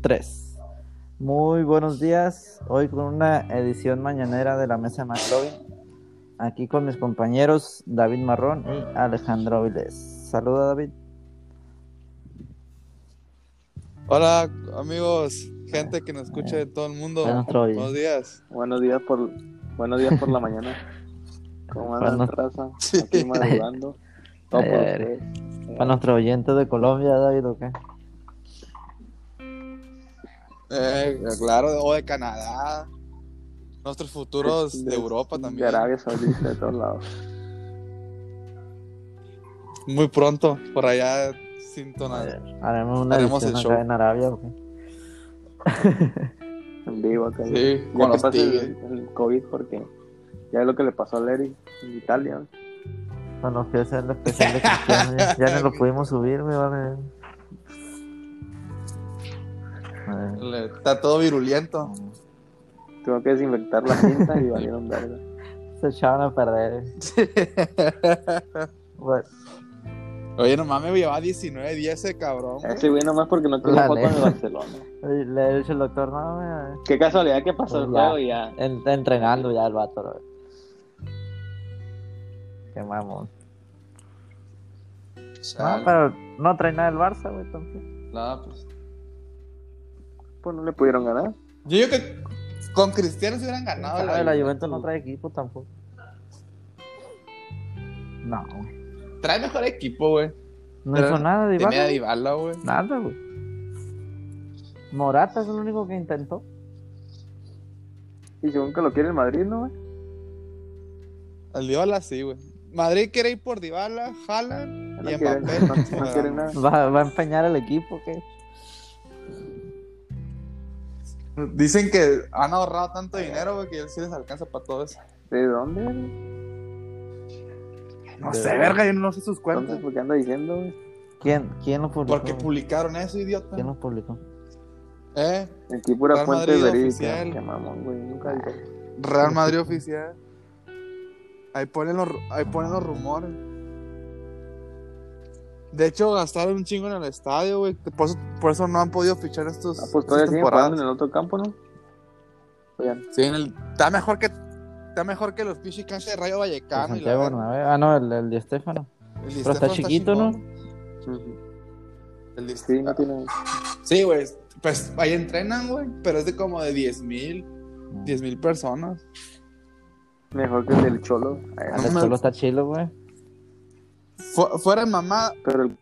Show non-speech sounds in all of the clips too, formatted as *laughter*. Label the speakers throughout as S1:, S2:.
S1: 3. Muy buenos días. Hoy con una edición mañanera de la Mesa McLovin. Aquí con mis compañeros David Marrón y Alejandro Vilés. Saluda, David.
S2: Hola, amigos, gente que nos escucha de todo el mundo.
S1: Buenos días.
S2: Buenos días.
S3: Buenos días por, buenos días por la mañana. ¿Cómo andan,
S1: Buenos-
S3: raza?
S2: Sí.
S3: Aquí madrugando. Todo
S1: Ay,
S3: por
S1: a ver.
S3: ustedes.
S1: Para nuestros oyentes de Colombia, David, ¿o qué?
S2: Eh, claro, o de Canadá. Nuestros futuros de, Europa
S3: De
S2: también.
S3: Arabia Saudita, de todos lados.
S2: Muy pronto, por allá, sintonado.
S1: Haremos una
S2: Haremos
S1: edición
S2: el
S1: acá
S2: show.
S1: en Arabia, ¿o qué?
S3: En vivo acá.
S2: Sí,
S3: Ya
S2: con
S3: que
S2: los
S3: pase el,
S2: tigres.
S3: el COVID, porque ya es lo que le pasó a Larry en Italia.
S1: Bueno, que sea el especial de Cristiano. Ya, ya
S2: *laughs*
S1: no lo pudimos subir, me vale. A ver.
S2: Le- Está todo virulento.
S3: Tuvo que desinfectar la cinta y valieron verga.
S1: Se echaban a
S2: *laughs*
S1: perder. Bueno,
S2: Oye, no mames, llevaba 19 días ese cabrón. güey.
S3: Ese güey nomás porque no tiene
S1: La
S3: foto en el
S1: neta.
S3: Barcelona.
S1: le ha dicho el doctor, no, me-
S3: Qué casualidad que pasó el
S1: Pues Ya.
S3: juego y ya.
S1: en- entrenando ya el vato. lo- Qué mamón. No,
S2: Chale.
S1: pero Eh, no trae nada el Barça, güey, tampoco.
S2: No, pues.
S3: Pues no le pudieron ganar.
S2: Yo digo que con Cristiano se hubieran ganado.
S1: Sabe, la Juventus no trae equipo tampoco. No, güey.
S2: Trae mejor equipo, güey.
S1: No
S2: Pero
S1: hizo nada, Dybala.
S2: Tenía a Dybala, güey.
S1: Nada, güey. Morata es el único que intentó.
S3: Y según que lo quiere el Madrid, ¿no, güey?
S2: Al Dybala sí, güey. Madrid quiere ir por Dybala, Haaland
S3: No
S2: y
S3: quiere,
S2: Mbappé.
S3: *laughs* no- no quiere nada.
S1: Va, va a empeñar el equipo, ¿qué?
S2: Dicen que han ahorrado tanto dinero, güey, que ya sí les alcanza para todo eso.
S3: ¿De dónde? güey?
S2: No
S1: De-
S2: sé, verga, yo no sé sus cuentas.
S3: Entonces, ¿por qué anda diciendo, güey?
S1: ¿Quién, quién lo publicó?
S2: Porque
S1: güey?
S2: publicaron eso, idiota.
S1: ¿Quién lo publicó?
S2: Eh,
S3: Aquí pura
S2: Real
S3: fuente
S2: Madrid
S3: verídica.
S2: oficial.
S3: Qué mamón, güey. Nunca dijo.
S2: Real Madrid oficial. Ahí ponen los, ru- ahí ponen los rumores. De hecho, gastaron un chingo en el estadio, güey. Por eso, por eso no han podido fichar estos.
S3: Ah, pues
S2: estas
S3: todavía siguen
S2: temporadas.
S3: jugando en el otro campo, ¿no? Oigan,
S2: Sí, en el- está mejor que está mejor que los pinches canchas de Rayo
S3: Pues
S2: Vallecano. y la
S1: Santiago
S2: verga.
S1: Bernabéu. Ah, no, el, el de Estefano.
S2: El
S1: Pero está
S2: Estefano
S1: chiquito,
S2: chingón.
S3: ujú.
S2: El de
S3: sí, no tiene.
S2: Sí, güey. Pues ahí entrenan, güey. Pero es de como de 10 mil, 10 mil personas.
S3: Mejor que el del Cholo. eh, Ay,
S1: Ah,
S2: No
S1: el
S2: me-
S1: Cholo está chilo, güey.
S2: Fu- fuera de mamá.
S3: Pero el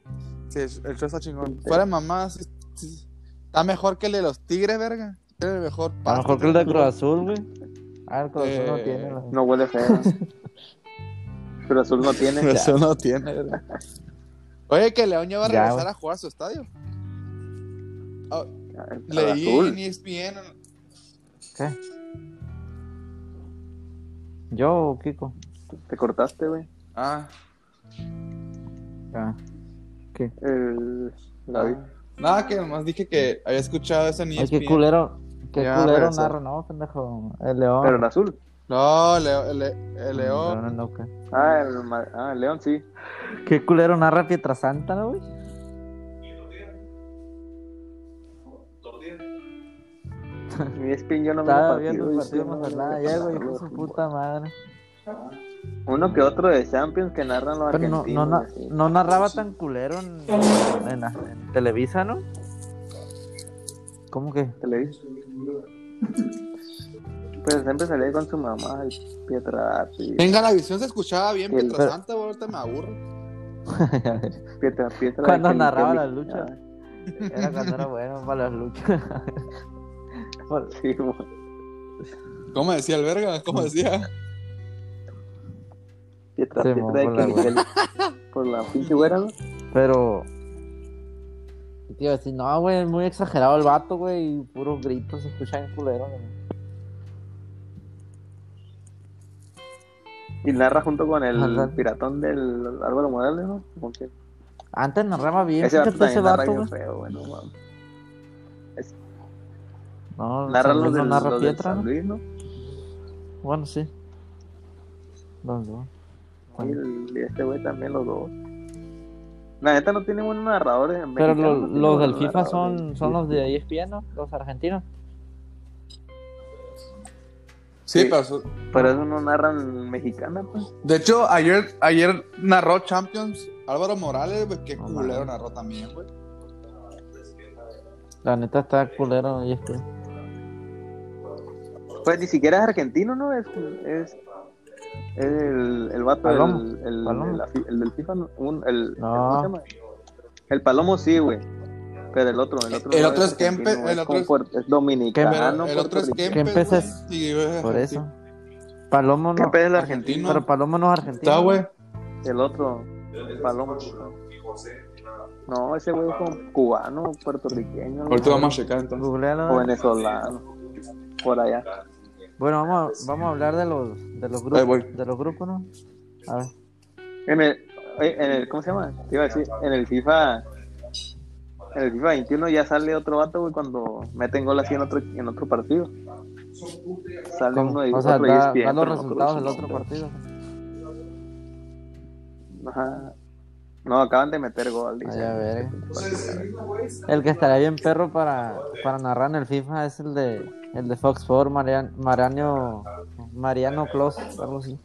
S2: Sí, el show está chingón. Fuera de mamá. sí, sí. Está mejor que el de los Tigres, verga. Tiene el mejor
S1: A lo
S2: pasto.
S1: mejor que el de Cruz Azul, güey. Ah, el Cruz Azul no
S2: Eh,
S1: tiene. güey.
S3: no
S2: *laughs*
S3: huele feo. Pero Azul no tiene.
S2: Pero *laughs* Eso no tiene, verga. Oye, que León ya va a
S1: Ya,
S2: regresar
S1: güey.
S2: a jugar a su estadio. Ah,
S3: Ay, al
S2: Leí en E
S3: Azul.
S2: ESPN.
S1: ¿Qué? ¿Yo o Kiko?
S3: Te cortaste, güey.
S2: Ah,
S1: Ah. ¿Qué?
S3: El. David.
S2: David. Nada, que nomás dije que había escuchado eso en E
S1: Ay, qué
S2: ESPN.
S1: culero. Qué
S2: Ya
S1: culero
S2: regresó.
S1: narra, ¿no, pendejo? El
S2: Ah.
S1: León.
S3: Pero el Azul.
S2: No, Leo- Le- el León.
S1: No, no, no, ¿qué?
S3: Ah, el, Ma- ah, el León, sí.
S1: Qué culero narra Pietrasanta, ¿no, güey?
S3: Mi spin yo no me
S1: Estaba
S3: lo
S1: viendo
S3: partido.
S1: el
S3: y
S1: partido
S3: sí,
S1: de
S3: no,
S1: Mazatlán
S3: no,
S1: ayer, güey.
S3: no,
S1: Hijo de
S3: no,
S1: su
S3: no.
S1: puta madre.
S3: Uno que otro de Champions que narran los
S1: Pero no,
S3: argentinos.
S1: no, na-
S3: así.
S1: no narraba tan culero en, en- en Televisa, ¿no? ¿Cómo que?
S3: ¿Te le dices? Pues siempre salía con su mamá, el Pietrarati.
S2: Venga, la visión se escuchaba bien,
S3: El-
S2: Pietrasanta, Santa, güey, ahorita me aburro.
S3: Pietra, Pietra.
S1: Cuando
S3: que- que-
S1: narraba
S3: que-
S1: las luchas.
S3: Ah,
S1: Era cuando era bueno para las luchas. *laughs* Por-
S3: Sí, güey.
S2: ¿Cómo decía el verga? ¿Cómo decía?
S3: Pietra,
S1: Sí,
S3: Pietra,
S1: mon, por la
S3: que- que- Por la pinche güera, ¿no?
S1: Pero. ¿qué Te iba a decir, no, güey, es muy exagerado el vato, güey, y puros gritos se escuchan culero. güey.
S3: Y narra junto con el
S1: Ajá.
S3: piratón del Álvaro Morales, ¿no? Como que-
S1: Antes narraba bien,
S3: Ese
S1: fíjate
S3: vato
S1: ese
S3: también narra
S1: vato,
S3: bien
S1: güey.
S3: feo, güey. no mames.
S1: No,
S3: Narra
S1: San
S3: los
S1: Luis no
S3: del,
S1: narra
S3: los del
S1: Pietra,
S3: San
S1: ¿no?
S3: Luis, ¿no?
S1: Bueno, sí. Los dos.
S3: Y el- y este güey también, los dos. La neta no tiene buenos narradores en
S1: Pero
S3: México,
S1: lo-
S3: no tiene
S1: los del
S3: buenos
S1: FIFA
S3: narradores.
S1: son, son los de E ESPN, ¿no? Los argentinos.
S2: Sí,
S3: Sí.
S2: pero su-
S3: Pero eso no narran mexicana, pues.
S2: de hecho, ayer, ayer narró Champions Álvaro Morales, güey. Qué
S1: No
S2: culero
S1: mames.
S2: narró también, güey.
S1: La neta está culero E ESPN.
S3: Pues ni siquiera es argentino, ¿no? Es, es, es el, el vato, del-
S1: Palomo,
S3: el, el,
S1: Palomo.
S3: la fi- el del FIFA, ¿no? Un- el,
S1: No.
S3: ¿cómo se llama? El Palomo sí, güey. Pero el otro, el otro.
S2: El
S3: no
S2: otro es
S3: argentino,
S2: Kempe- el otro
S3: como
S2: es-
S3: puer- es
S1: Ah,
S3: dominicano.
S2: Pero el otro es
S3: puertorriqueño.
S2: Kempes,
S1: Kempes
S2: güey, y, güey,
S1: Por
S2: argentino.
S1: eso. Palomo no.
S3: Kempe es el
S2: Argentino.
S3: argentino.
S1: Pero Palomo no es argentino.
S2: Está, güey.
S3: El otro, el Palomo. No, ese güey es como cubano, puertorriqueño.
S2: Ahorita
S3: ¿no?
S2: vamos a checar entonces.
S1: Googlealo.
S3: O venezolano. Por allá.
S1: Bueno, vamos a, vamos a hablar de los, de los
S2: Ahí voy.
S1: grupos. De los grupos, ¿no? A ver.
S3: En el, oye, en el, ¿cómo se llama? Te iba a decir, en el FIFA, en el FIFA 21 ya sale otro vato, güey, cuando meten gol así en otro, en otro partido. Sale
S1: ¿Cómo?
S3: uno de
S1: O sea,
S3: otro
S1: da,
S3: ESPN,
S1: da los
S3: pero no
S1: resultados del
S3: creo que
S1: otro
S3: sea.
S1: partido.
S3: Ajá. No, acaban de meter gol,
S1: Ay,
S3: dice.
S1: a ver. eh. El que estaría bien perro para, para narrar en el FIFA es el de el de Fox 4, Marian- Mariano Mariano Clos, algo así.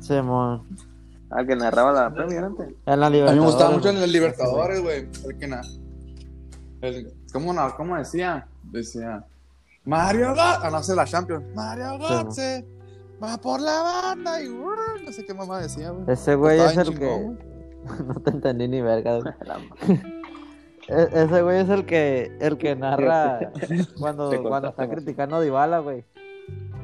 S1: Simón.
S3: Ah, que narraba la Premier antes.
S1: En la
S2: A mí me
S1: Libertadores.
S2: gustaba mucho en el Libertadores, güey. El que na... el- ¿Cómo, na- ¿Cómo decía? Decía... Mario Götze... Ah, no, hace la Champions. Mario
S1: Sí,
S2: Götze va por la banda y... brrr, No sé qué mamá decía, güey.
S1: Ese güey
S2: Estaba
S1: es
S2: bien
S1: el
S2: chingón,
S1: que. *laughs* No te entendí ni verga, güey.
S3: *laughs* La-
S1: *laughs* E- ese güey es el que el que
S3: *laughs*
S1: narra cuando,
S3: Te
S1: cuando
S3: cortaste,
S1: está
S3: Marco.
S1: criticando a Dybala, güey.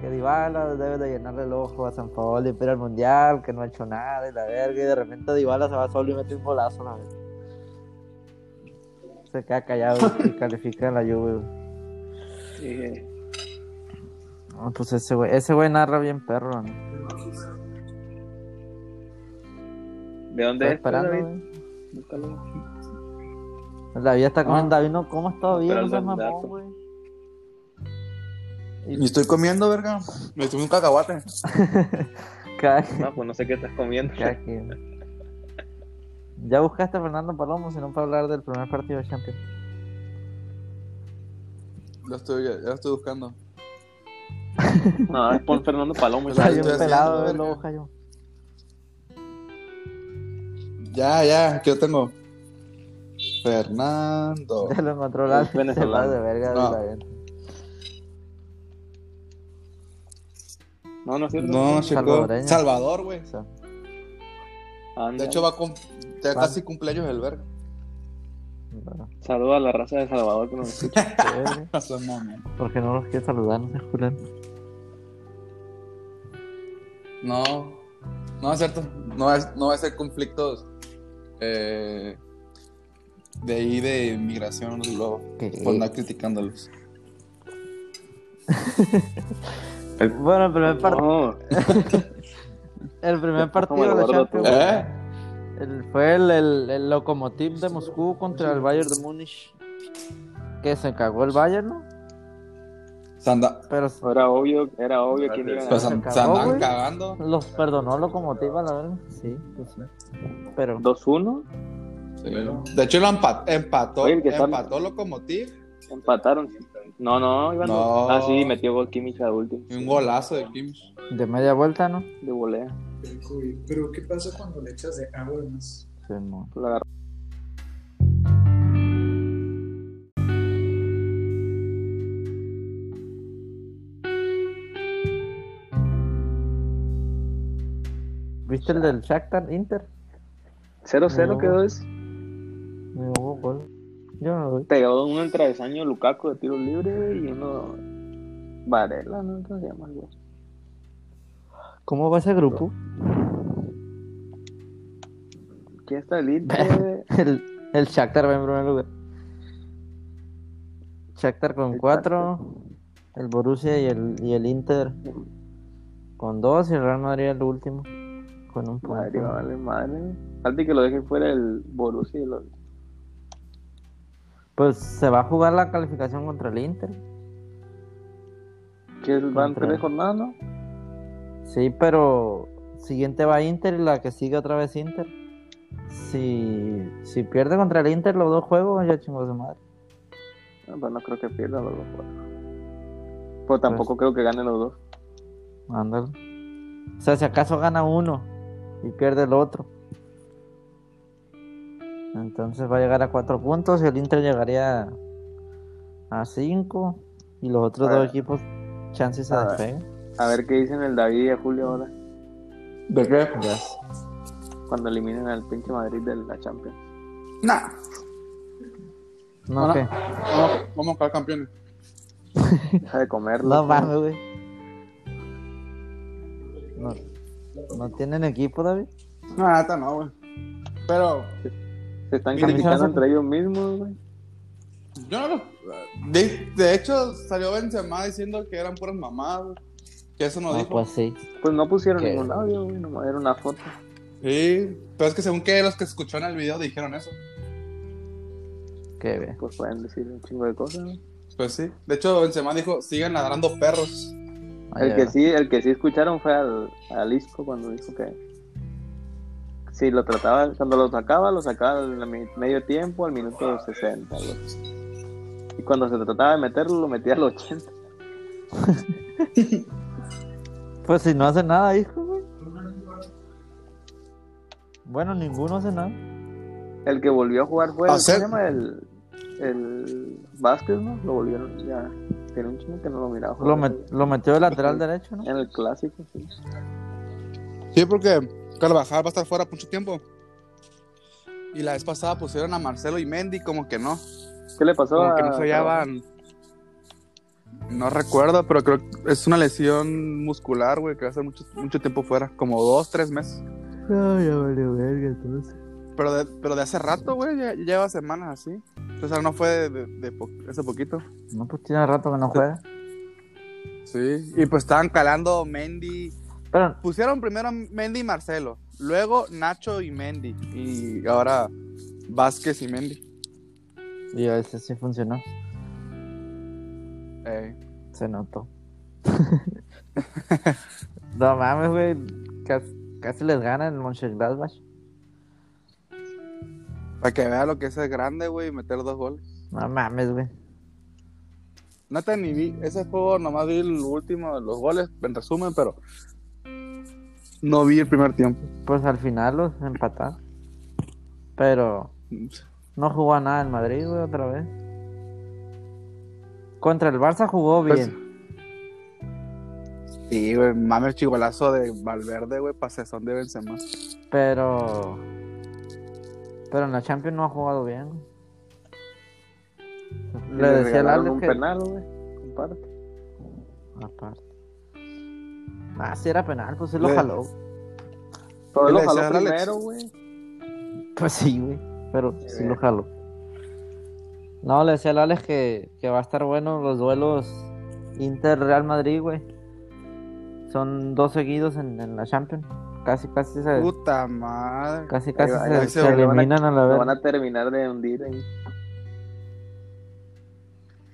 S1: Que Dybala debe de llenarle el ojo a San Paolo y ir al mundial, que no ha hecho nada y la verga, y de repente Dybala se va solo y mete un golazo la verga. Se queda callado güey, y califica a la lluvia, güey.
S3: Sí.
S1: No, pues ese güey, ese güey narra bien perro, ¿no?
S3: ¿De dónde
S1: Está
S3: es? tú,
S1: esperando,
S3: David?
S1: güey.
S3: Búscalo.
S1: David está con
S2: Ah.
S1: David no comas todavía, no
S3: Esperando
S1: seas
S3: el
S1: mamón,
S3: dato.
S1: güey.
S2: Y estoy comiendo, verga. Me estoy un cacahuate. *laughs*
S1: Cada-
S3: No, pues no sé qué estás comiendo.
S1: Ya que- ¿Ya buscaste a Fernando Palomo, si no para hablar del primer partido de Champions.
S2: Lo estoy, ya lo estoy buscando.
S3: *laughs* No, es por Fernando Palomo.
S1: Está
S2: Está
S1: bien
S2: bien estoy
S1: pelado,
S2: haciendo,
S1: eh, luego
S2: verga.
S1: cayó.
S2: Ya, ya. Aquí lo tengo.
S1: *laughs*
S2: Fernando.
S1: Ya lo encontró la
S3: Es venezolano.
S1: se va de verga de
S2: No.
S1: la gente.
S3: No, no es cierto.
S2: No, chico.
S1: Salvadoreño.
S2: Salvador, güey.
S1: O sea,
S3: Anda.
S2: De hecho, va con... Ya
S1: Va.
S2: casi cumpleaños
S1: *laughs*
S2: el verga.
S1: no,
S3: Saludo a la raza de Salvador que
S1: *laughs*
S3: nos escucha.
S1: qué verga.
S2: Pasó, mamá.
S1: Porque no los quiero saludar, no sé, Julián.
S2: No, no es cierto. No, es, no va a ser conflictos eh, de ahí de migración luego,
S1: ¿Qué?
S2: por andar criticándolos.
S1: Bueno, el primer, par-
S3: No,
S1: el primer partido
S3: Como
S1: de
S3: el gordo,
S1: Champions
S3: tú.
S2: ¿Eh?
S1: el- fue el, el, el Lokomotiv de Moscú contra el Bayern de Múnich. Que se cagó el Bayern, ¿no?
S2: Sanda-
S1: Pero
S3: era obvio, era obvio quién iba a
S2: pero
S3: ganar.
S1: se
S2: san-
S1: cagó,
S2: pues, se andaban
S1: güey.
S2: cagando.
S1: los perdonó Lokomotiv a la verga. Sí, pues sí. Pero
S3: 2-1,
S2: Sí. De hecho, lo empa- empató,
S3: Oye, el que está-
S2: empató Locomotiv
S3: empataron. No, no, iban
S2: No.
S3: Ah, sí, metió gol Kimmich al último,
S2: y un golazo de Kim.
S1: de media vuelta, ¿no?
S3: de volea.
S4: del COVID. Pero ¿qué pasa cuando le echas de agua de más?
S1: Sí, no.
S3: Lo agarró.
S1: ¿Viste el del Shakhtar Inter?
S3: 0-0
S1: No.
S3: quedó eso.
S1: No hubo gol. Yo no lo vi.
S3: Pegó uno en travesaño Lukaku de tiro libre güey, y uno Varela, no ¿Cómo se llama, güey?
S1: ¿Cómo va ese grupo?
S3: Aquí está el Inter,
S1: *laughs* El, el Shakhtar va en primer lugar. Shakhtar con
S3: El
S1: 4, el Borussia y el, y el Inter con 2 y el Real Madrid el último con un punto.
S3: Madre, vale, madre. güey. Antes que lo dejen fuera el Borussia y lo...
S1: Pues se va a jugar la calificación contra el Inter.
S3: que van
S1: Contra-
S3: tres jornadas, ¿no?
S1: Sí, pero siguiente va Inter y la que sigue otra vez Inter. Si, si pierde contra el Inter los dos juegos, ya chingó su madre.
S3: No, pues no creo que pierda los dos juegos. Pues tampoco creo que gane los dos.
S1: Ándale. O sea, si acaso gana uno y pierde el otro. Entonces va a llegar a cuatro puntos y el Inter llegaría a cinco. Y los otros
S3: A ver.
S1: dos equipos, chances
S3: A
S1: a
S3: ver.
S1: despegue.
S3: A ver qué dicen el David y el Julio ahora,
S2: ¿De qué?
S3: cuando eliminen al pinche Madrid de la Champions.
S2: Nah.
S1: No,
S3: Ah.
S2: Bueno,
S1: ¿qué?
S2: Vamos, vamos a quedar campeones.
S3: Deja de comer.
S1: No
S3: loco.
S1: mames, güey. No, no tienen equipo, David.
S2: No, la neta no, güey. Pero
S3: Se están
S2: Mira,
S1: quizás-
S3: criticando entre ellos mismos, güey.
S2: yo no lo- De, de hecho, salió Benzema diciendo que eran puras mamadas. güey. Que eso no
S1: Ah,
S2: dijo.
S1: pues sí.
S3: Pues no pusieron
S1: ¿Qué?
S3: ningún audio, güey, nomás era una foto.
S2: Sí, pero es que según que los que escucharon el video dijeron eso.
S1: Qué bien.
S3: Pues pueden decir un chingo de cosas, güey.
S2: Pues sí. De hecho, Benzema dijo, sigan ladrando perros.
S1: Ahí
S3: El que
S1: va.
S3: sí, el que sí escucharon fue al, al Isco cuando dijo que si lo trataba, cuando lo sacaba, lo sacaba al mi- medio tiempo, al minuto 60. algo así. Y cuando se trataba de meterlo, lo metía al 80.
S1: Pues si no hace nada, hijo, güey. Bueno, ninguno hace nada.
S3: El que volvió a jugar fue
S2: Ah,
S3: el,
S2: sí.
S3: ¿cómo se llama? el, el Vázquez, ¿no? Lo volvieron ya. Tiene un chingo que no lo miraba. jugar.
S1: Lo, met- lo metió de lateral derecho, ¿no?
S3: En el clásico, sí.
S2: Sí, porque Carvajal va a estar fuera por mucho tiempo. Y la vez pasada pusieron a Marcelo y Mendy como que no.
S3: ¿Qué le pasó
S2: Como
S3: a
S2: que no se hallaban. No recuerdo, pero creo que es una lesión muscular, güey, que va a estar mucho, mucho tiempo fuera. Como dos, tres meses.
S1: No, ya valió verga, entonces.
S2: Pero de, pero de hace rato, güey, ya, ya lleva semanas así. O sea, no fue de, de- de po- hace poquito.
S1: No, pues tiene rato que no juega.
S2: Sí. Y pues estaban calando Mendy.
S1: Pero,
S2: Pusieron primero a Mendy y Marcelo. Luego Nacho y Mendy. Y ahora Vázquez y Mendy.
S1: y a veces sí funcionó.
S2: Ey.
S1: Se notó. *laughs* no mames, güey. Casi, casi les gana el Mönchengladbach.
S2: Para que vea lo que es el grande, güey, meter dos goles.
S1: No mames, güey.
S2: Neta, ni vi ese juego, nomás vi el último de los goles, en resumen, pero no vi el primer tiempo.
S1: Pues al final los empataron. Pero no jugó a nada en Madrid, güey, otra vez. Contra el Barça jugó
S2: Pues-
S1: bien.
S2: Sí, güey, mames, el chigolazo de Valverde, güey, pasezón de Benzema.
S1: Pero. Pero en la Champions no ha jugado bien. güey.
S3: Y
S1: Le decía al
S3: regalaron
S1: Alex
S3: un
S1: que.
S3: penal, güey. Comparte.
S1: Aparte. Ah, sí era penal, pues sí lo
S2: Le-
S1: jaló. *laughs*
S3: Pero
S2: Y le
S3: él lo
S2: decía
S3: jaló
S2: al Alex-
S3: primero, güey.
S1: Pues sí, güey. Pero sí
S3: bien.
S1: lo jaló. No, le decía al Alex que, que va a estar bueno los duelos Inter-Real Madrid, güey. Son dos seguidos en, en la Champions. Casi, casi se,
S2: Puta madre.
S1: casi,
S3: Ahí
S1: casi
S3: va,
S1: se,
S2: ahí se
S1: se
S2: lo
S3: van a-
S1: eliminan a, la
S3: Lo
S1: vez.
S3: van a terminar de hundir eh. ahí.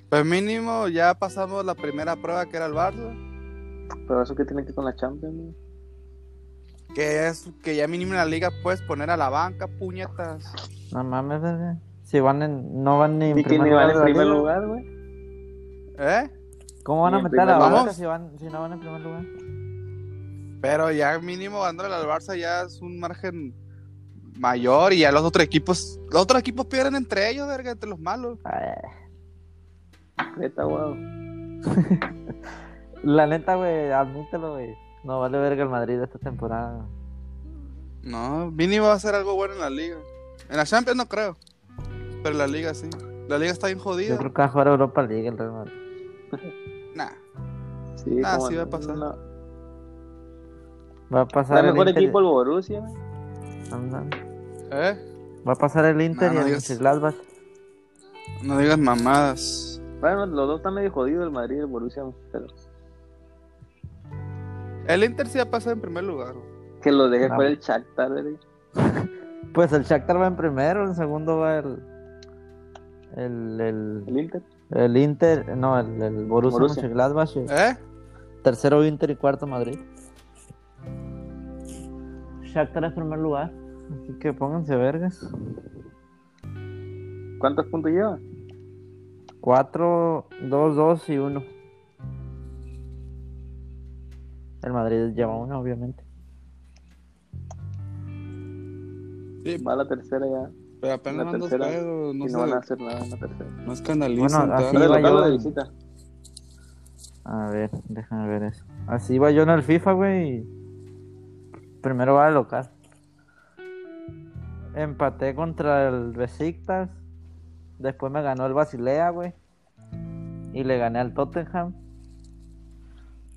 S2: Pues mínimo, ya pasamos la primera prueba que era el Barça,
S3: Pero eso que tiene que ver con la Champions, güey?
S2: que es que ya mínimo en la liga puedes poner a la banca, puñetas.
S1: No mames, verga. Si van en, no van ni en
S3: Y que
S1: primer
S3: ni
S1: lugar.
S3: van en
S1: de la
S3: primer
S1: liga.
S3: lugar, güey.
S2: ¿Eh?
S1: ¿Cómo van
S3: Ni
S1: a
S3: en
S1: meter a la
S3: primer
S2: lugar.
S1: banca si, van, si no van en primer lugar?
S2: Pero ya mínimo dándole al Barça ya es un margen mayor y ya los otros equipos, los otros equipos pierden entre ellos, verga, entre los malos.
S1: Ay,
S3: Neta, guau.
S1: La neta, güey, admítelo, güey. No vale verga el Madrid esta temporada.
S2: No, mínimo va a ser algo bueno en la liga. En la Champions no creo, pero en la liga sí. La liga está bien jodida.
S1: Yo creo que va a jugar Europa League el Real Madrid.
S2: Nah.
S3: Sí,
S2: Ah,
S3: como
S2: sí va a
S3: no,
S2: pasar.
S3: no.
S1: Va a
S3: Da
S1: pasar
S3: el mejor
S1: Inter-
S3: equipo el Borussia, güey.
S1: Ándale.
S2: ¿Eh?
S1: Va a pasar el Inter
S2: No, no
S1: y el
S2: digas.
S1: Mönchengladbach.
S2: No digas mamadas.
S3: Bueno, los dos están medio jodidos, el Madrid y el Borussia, güey, pero
S2: El Inter sí ha pasado en primer lugar. güey.
S3: que lo deje
S2: Ah.
S1: No.
S3: fuera el Shakhtar, güey.
S1: Pues el Shakhtar va en primero, en segundo va el el, el,
S3: el Inter.
S1: el Inter, no, el, el Borussia,
S3: Borussia.
S1: Mönchengladbach, y
S2: ¿Eh?
S1: tercero Inter y cuarto Madrid. Shakhtar es primer lugar. Así que pónganse vergas.
S3: ¿Cuántos puntos lleva?
S1: 4, 2, 2 y 1. El Madrid lleva uno, obviamente.
S2: Sí,
S3: Va a la tercera ya.
S2: pero apenas
S3: la
S2: van dos
S3: tercera,
S2: juegos, no,
S3: y
S2: se-
S3: no van a hacer nada en la tercera.
S2: no escandalicen.
S1: Bueno,
S2: tal.
S1: así
S3: Pero
S1: iba
S3: local
S1: yo
S3: o de
S1: en-
S3: visita.
S1: A ver, déjame ver eso. Así va yo en el FIFA, güey. y Primero va a local. Empaté contra el Besiktas. Después me ganó el Basilea, güey. Y le gané al Tottenham.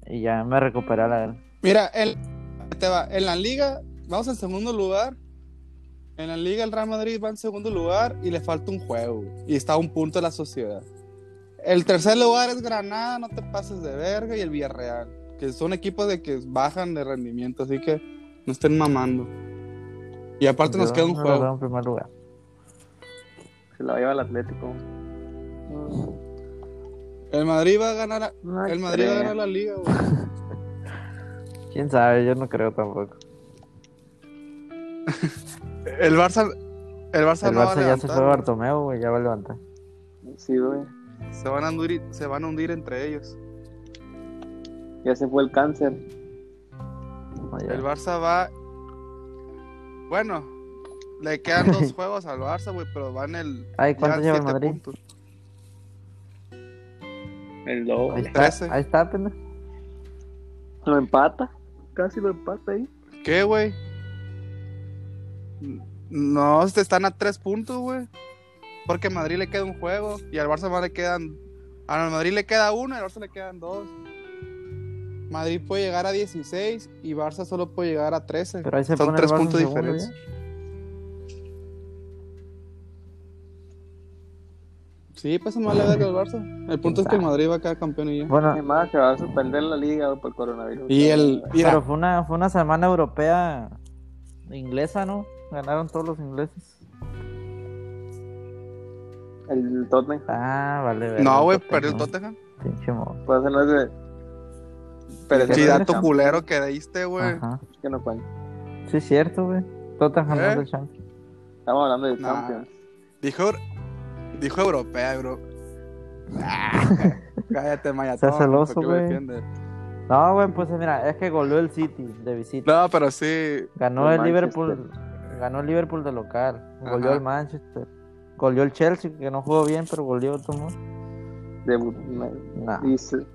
S1: Y ya me recuperé la gana.
S2: Mira, el, te va, en la liga vamos en segundo lugar. En la liga el Real Madrid va en segundo lugar y le falta un juego. Y está a un punto de la sociedad. El tercer lugar es Granada, no te pases de verga, y el Villarreal. Que son equipos de que bajan de rendimiento, así que no estén mamando. Y aparte nos
S1: Yo
S2: queda un
S1: no lo veo
S2: juego.
S1: en primer lugar.
S3: Se la lleva el Atlético.
S2: El Madrid va a ganar, a-
S3: No
S2: el Madrid va a
S3: creo.
S2: ganar la liga, güey.
S1: Quién sabe, yo no creo tampoco.
S2: El Barça, el Barça
S1: el
S2: no va a
S1: Barça ya se
S2: levantar,
S1: fue
S2: güey.
S1: Bartomeu, güey, ya va a levantar.
S3: Sí, güey.
S2: Se van a hundir, se van a hundir entre ellos.
S3: Ya se fue el cáncer.
S1: No, ya.
S2: El Barça va. Bueno, le quedan
S1: *laughs*
S2: dos juegos al Barça, güey, pero van el.
S1: Ay, ¿cuánto
S2: ya
S1: lleva el
S2: siete
S1: Madrid?
S2: puntos.
S3: El lobo.
S1: Ahí está,
S2: Trece.
S1: ahí está, pendejo.
S3: Lo empata. Casi lo empata ahí.
S2: ¿Qué, güey? No, te están a tres puntos, güey. Porque al Madrid le queda un juego y al Barça más le quedan. Al Madrid le queda uno y al Barça le quedan dos. Madrid puede llegar a 16 y Barça solo puede llegar a 13.
S1: Pero ahí se
S2: Son
S1: pone
S2: tres
S1: el Barça en
S2: puntos
S1: segundo,
S2: diferentes. Sí, pues más le da al Barça. El punto es que el Madrid va a quedar campeón y ya.
S1: Bueno,
S3: Además, se va a suspender la liga güey, por el coronavirus.
S2: Ah. Y el. mira,
S1: Pero fue una, fue una semana europea inglesa, ¿no? Ganaron todos los ingleses.
S3: El Tottenham.
S1: Ah, vale. verga,
S2: no, güey,
S1: Tottenham.
S2: perdió el Tottenham.
S1: Pinche mo-
S3: Puede ser pues, no sé,
S2: Pero
S3: Sí,
S2: el
S3: sí,
S2: dato
S3: sí.
S2: culero que diste, güey.
S1: Ajá.
S3: que no cuenta.
S1: Sí, es cierto, güey. Tottenham
S2: ¿Eh?
S1: es el champion.
S3: Estamos hablando de
S2: Nah.
S3: Champions.
S2: Dijo, dijo europea, bro. Ah,
S1: *laughs*
S2: Cállate, Maya.
S1: Seas celoso, güey. No, güey, pues mira, es que goleó el City de visita.
S2: No, pero sí.
S1: Ganó
S3: El
S1: el Liverpool. Ganó el Liverpool de local. Goleó
S2: Ajá.
S1: el Manchester. Goleó el Chelsea, que no jugó bien, pero goleó todo.
S3: Debu-
S1: Nah.
S3: Y se,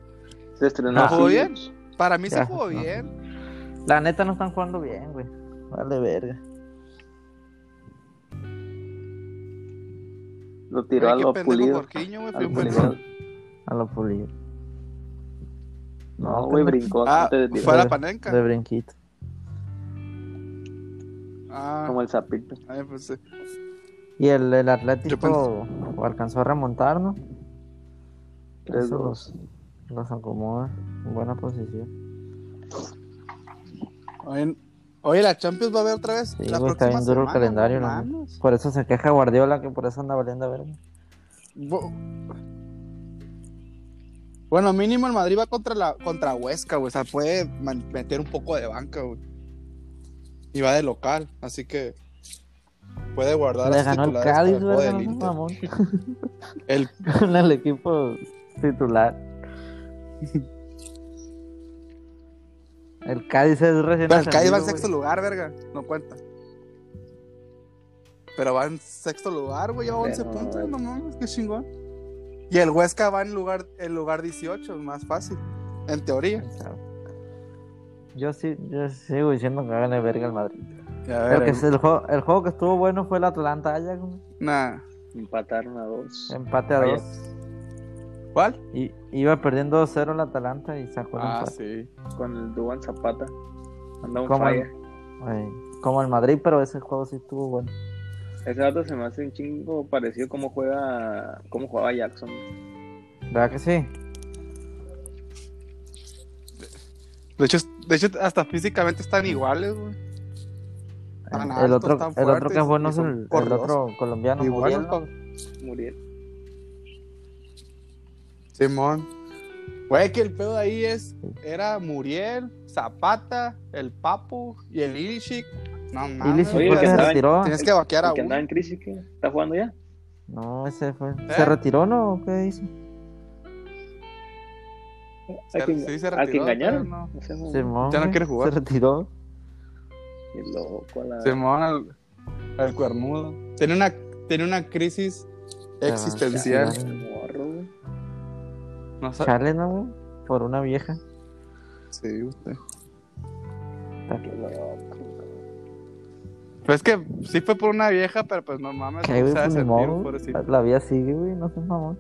S3: se estrenó.
S2: Ah. ¿No jugó
S3: así.
S2: bien? Para mí se
S1: Ya,
S2: jugó
S1: no.
S2: bien.
S1: La neta no están jugando bien, güey. Vale, verga.
S3: Lo tiró
S2: Ay,
S3: a lo
S2: qué pendejo
S3: pulido.
S2: Jorginho, güey.
S3: A
S2: fue
S3: lo
S2: un
S3: pulido.
S2: pendejo.
S1: A lo pulido.
S3: No, güey,
S1: pendejo.
S3: brincó.
S2: Ah,
S3: antes de tirar,
S2: fue a la
S1: De-
S2: panenca.
S1: De brinquito.
S2: Ah,
S3: Como el sapito.
S2: ay, pues sí.
S1: Y el, el
S2: Yo
S1: Atlético alcanzó a remontar, ¿no?
S3: Tres,
S1: Eso
S3: dos.
S1: los, los acomoda en buena posición.
S2: Oye, oye, la Champions va a haber otra vez.
S1: Sí,
S2: la
S1: güey, está
S2: próxima
S1: bien duro el
S2: semana,
S1: calendario,
S2: no
S1: la neta.
S2: mames.
S1: Por eso se queja Guardiola, que por eso anda valiendo verga.
S2: Bu- Bueno, mínimo el Madrid va contra la contra Huesca, güey. O sea, puede man- meter un poco de banca, güey. Y va de local, así que puede guardar
S1: Le
S2: las
S1: ganó el
S2: titulares para
S1: Cádiz,
S2: juego
S1: verga,
S2: del
S1: no
S2: Inter.
S1: mamón. *laughs*
S2: El-
S1: Con el equipo titular. El Cádiz es recién
S2: pero el Cádiz va en
S1: ascendido,
S2: sexto
S1: güey.
S2: lugar, verga. No cuenta. Pero va en sexto lugar, güey. Lleva 11
S3: Pero,
S2: puntos,
S3: güey.
S2: no mames, qué chingón. Y el Huesca va en lugar, en lugar 18, más fácil. En teoría.
S1: Quién sabe. Yo sí, yo sigo diciendo que gane verga el Madrid.
S2: Ya
S1: El, que se- el juego, el juego que estuvo bueno fue el Atlanta Ajax, güey.
S2: Nah.
S3: Empataron a dos.
S2: Em.
S1: empate a
S3: Ajax.
S1: dos.
S2: ¿Cuál?
S1: Y iba perdiendo 2-0 el Atalanta y sacó el
S2: Ah,
S1: empate.
S2: sí.
S3: Con el Duan Zapata. Anda un
S1: ¿Cómo?
S3: fire.
S1: Ey, como el Madrid, pero ese juego sí estuvo bueno.
S3: Ese dato se me hace un chingo parecido como juega. Como jugaba Jackson.
S1: ¿Verdad que sí?
S2: De hecho, de hecho, hasta físicamente están iguales, güey. Tan
S1: El- el
S2: altos,
S1: otro,
S2: tan
S1: el otro
S2: fuertes
S1: que es bueno
S2: y
S1: es
S2: son
S1: el, el
S2: correosos.
S1: otro colombiano,
S2: Igual,
S1: Muriel, ¿no?
S2: pa-
S3: Muriel.
S2: Simón. Güey, que el pedo de ahí es. Era Muriel, Zapata, el Papu y el Ilishik. No
S1: Ili
S2: mames.
S3: Oye, el
S1: Chicote
S3: que
S1: se
S3: estaba en-
S1: retiró.
S2: Tienes que vaquear a
S3: que andaba
S2: uno.
S3: en crisis, ¿qué? ¿Está jugando ya?
S1: No, ese fue.
S2: ¿Eh? Uh,
S1: ¿Se retiró no? ¿O ¿Qué hizo?
S3: ¿A
S2: Se-
S3: quien,
S2: sí, se
S3: a
S2: retiró,
S3: quien engañaron?
S2: pero no.
S3: O sea,
S1: Simón,
S2: Ya no
S1: güey,
S2: quiere jugar.
S1: Se retiró.
S3: qué loco, a la...
S2: Simón al, al cuernudo. Tenía una, tenía una crisis existencial.
S1: sí,
S3: Ese morro, güey.
S2: No sé.
S1: Chale, ¿no, güey? Por una vieja.
S2: Sí, usted.
S3: Qué loco.
S2: Pues es que sí fue por una vieja, pero pues no mames.
S1: Que,
S2: no
S1: güey,
S2: se ha
S1: pues,
S2: de
S1: ni
S2: sentir,
S1: modo, güey.
S2: pobrecito.
S1: La- La vida sigue, güey. No seas mamón.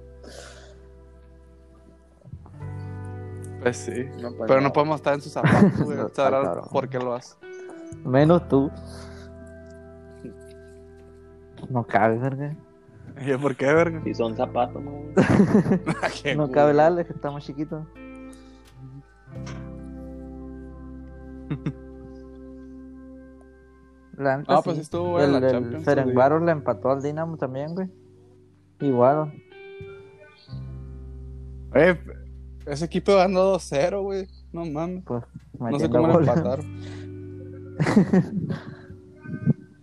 S2: Pues sí.
S3: No, pues,
S2: Pero no podemos estar en sus zapatos,
S1: *laughs*
S2: güey.
S1: No,
S2: Sabrás
S1: cabrón.
S2: por qué lo hace.
S1: Menos tú. No cabe, verga.
S2: ¿Y por qué,
S1: *laughs*
S2: verga?
S3: Si son zapatos, no.
S2: Qué
S1: No
S2: culo.
S1: cabe el Alex, que está más
S2: *laughs*
S1: chiquito. La neta,
S2: No, pues
S1: sí.
S2: estuvo
S1: El,
S2: buena la
S1: el
S2: Champions.
S1: Ferencváros le empató al Dinamo también, güey. Igual.
S2: Eh, ese equipo ganó 2-0, güey. No mames. No sé
S1: metiendo
S2: cómo le
S1: gol. *laughs*
S2: empataron.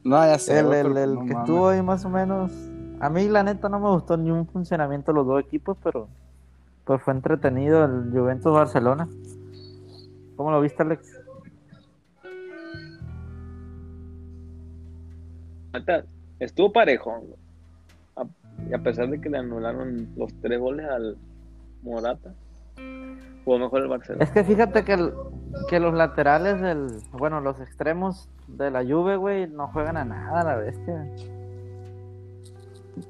S2: no, ya sé.
S1: El,
S2: güey,
S1: el-
S2: pero
S1: el
S2: no
S1: que
S2: mames.
S1: estuvo ahí más o menos. A mí, la neta, no me gustó ni un funcionamiento de los dos equipos, pero pues fue entretenido el Juventus Barcelona. ¿Cómo lo viste, Alex?
S3: Neta, Estuvo parejón, güey. A, y a pesar de que le anularon los tres goles al Morata, jugó mejor el Barcelona.
S1: Es que fíjate que, el- que los laterales del. Bueno, los extremos de la Juve, güey, no juegan a nada, la bestia.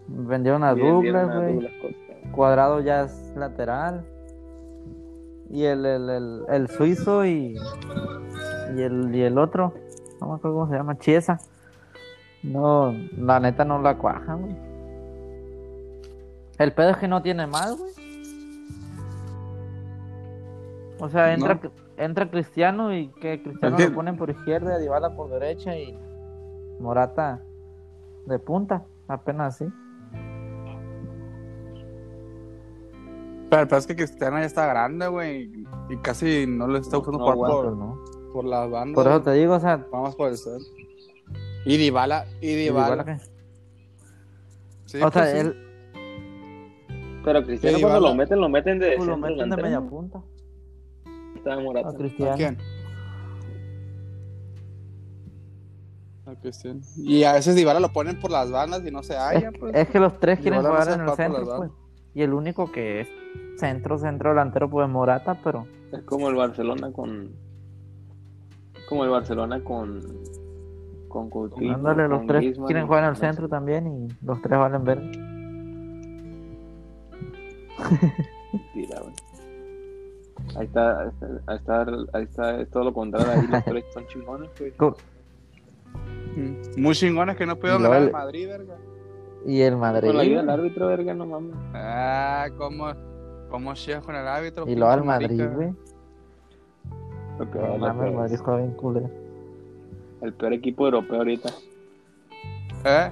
S1: Vendieron a
S3: Bien, bien,
S1: Douglas,
S3: a
S1: güey.
S3: Douglas Costa.
S1: Cuadrado ya es lateral. Y el, el, el, el suizo y, y, el, y el otro, no me acuerdo cómo se llama, Chiesa. No, la neta no la cuajan, güey. El pedo es que no tiene más, güey. O sea, entra,
S2: No.
S1: entra Cristiano y que Cristiano
S2: Entiendo.
S1: lo ponen por izquierda, Dybala por derecha y Morata de punta, apenas así.
S2: Pero, pero es que Cristiano ya está grande, güey. Y casi no le está gustando
S3: No
S2: jugar
S3: aguanta,
S1: Pues
S2: por,
S1: no.
S2: por las bandas.
S1: Por eso te digo, o sea,
S2: Vamos por el sol. Y Dybala, y Dybala.
S1: Dybala que-
S2: Sí,
S1: o sea,
S2: pues sí.
S1: él
S3: Pero Cristiano
S2: Sí,
S3: cuando
S2: Dybala.
S3: lo meten, lo meten de
S1: lo
S3: centro
S1: meten de
S3: delantero,
S1: media
S3: ¿no?
S1: punta
S3: Estaba Morata.
S1: a
S2: ¿A
S1: Cristiano.
S2: quién? A Cristiano. Y a veces Dybala lo ponen por las bandas y no se
S1: Es, *laughs*
S2: halla, pues.
S1: es que los tres quieren
S2: Dybala no
S1: jugar
S2: se
S1: en el
S2: va por
S1: centro,
S2: las
S1: pues. Y el único que es centro, centro delantero, pues es Morata, pero
S3: Es como el Barcelona con. Como el Barcelona con. Con Coutinho.
S1: dándole los
S3: pues, con
S1: tres
S3: Griezmann,
S1: quieren jugar en el
S3: no sé.
S1: centro también y los tres valen ver.
S3: Tira, güey. Ahí está, ahí está- ahí está, ahí está, es todo lo contrario, ahí los tres son chingones, güey.
S2: Mm. Muy chingones que no pudieron
S1: Y luego
S2: ganar
S1: el-
S2: el Madrid, verga.
S1: Y el Madrid.
S3: Con la ayuda del árbitro, verga, no mames.
S2: Ah, cómo, cómo chillas con el árbitro.
S1: Y luego al
S2: pinche
S1: Madrid,
S2: marica.
S1: güey.
S3: Lo que
S1: No
S3: vale,
S1: mames, el
S3: pues,
S1: Madrid juega bien culero.
S3: El peor equipo europeo ahorita.
S2: ¿Eh?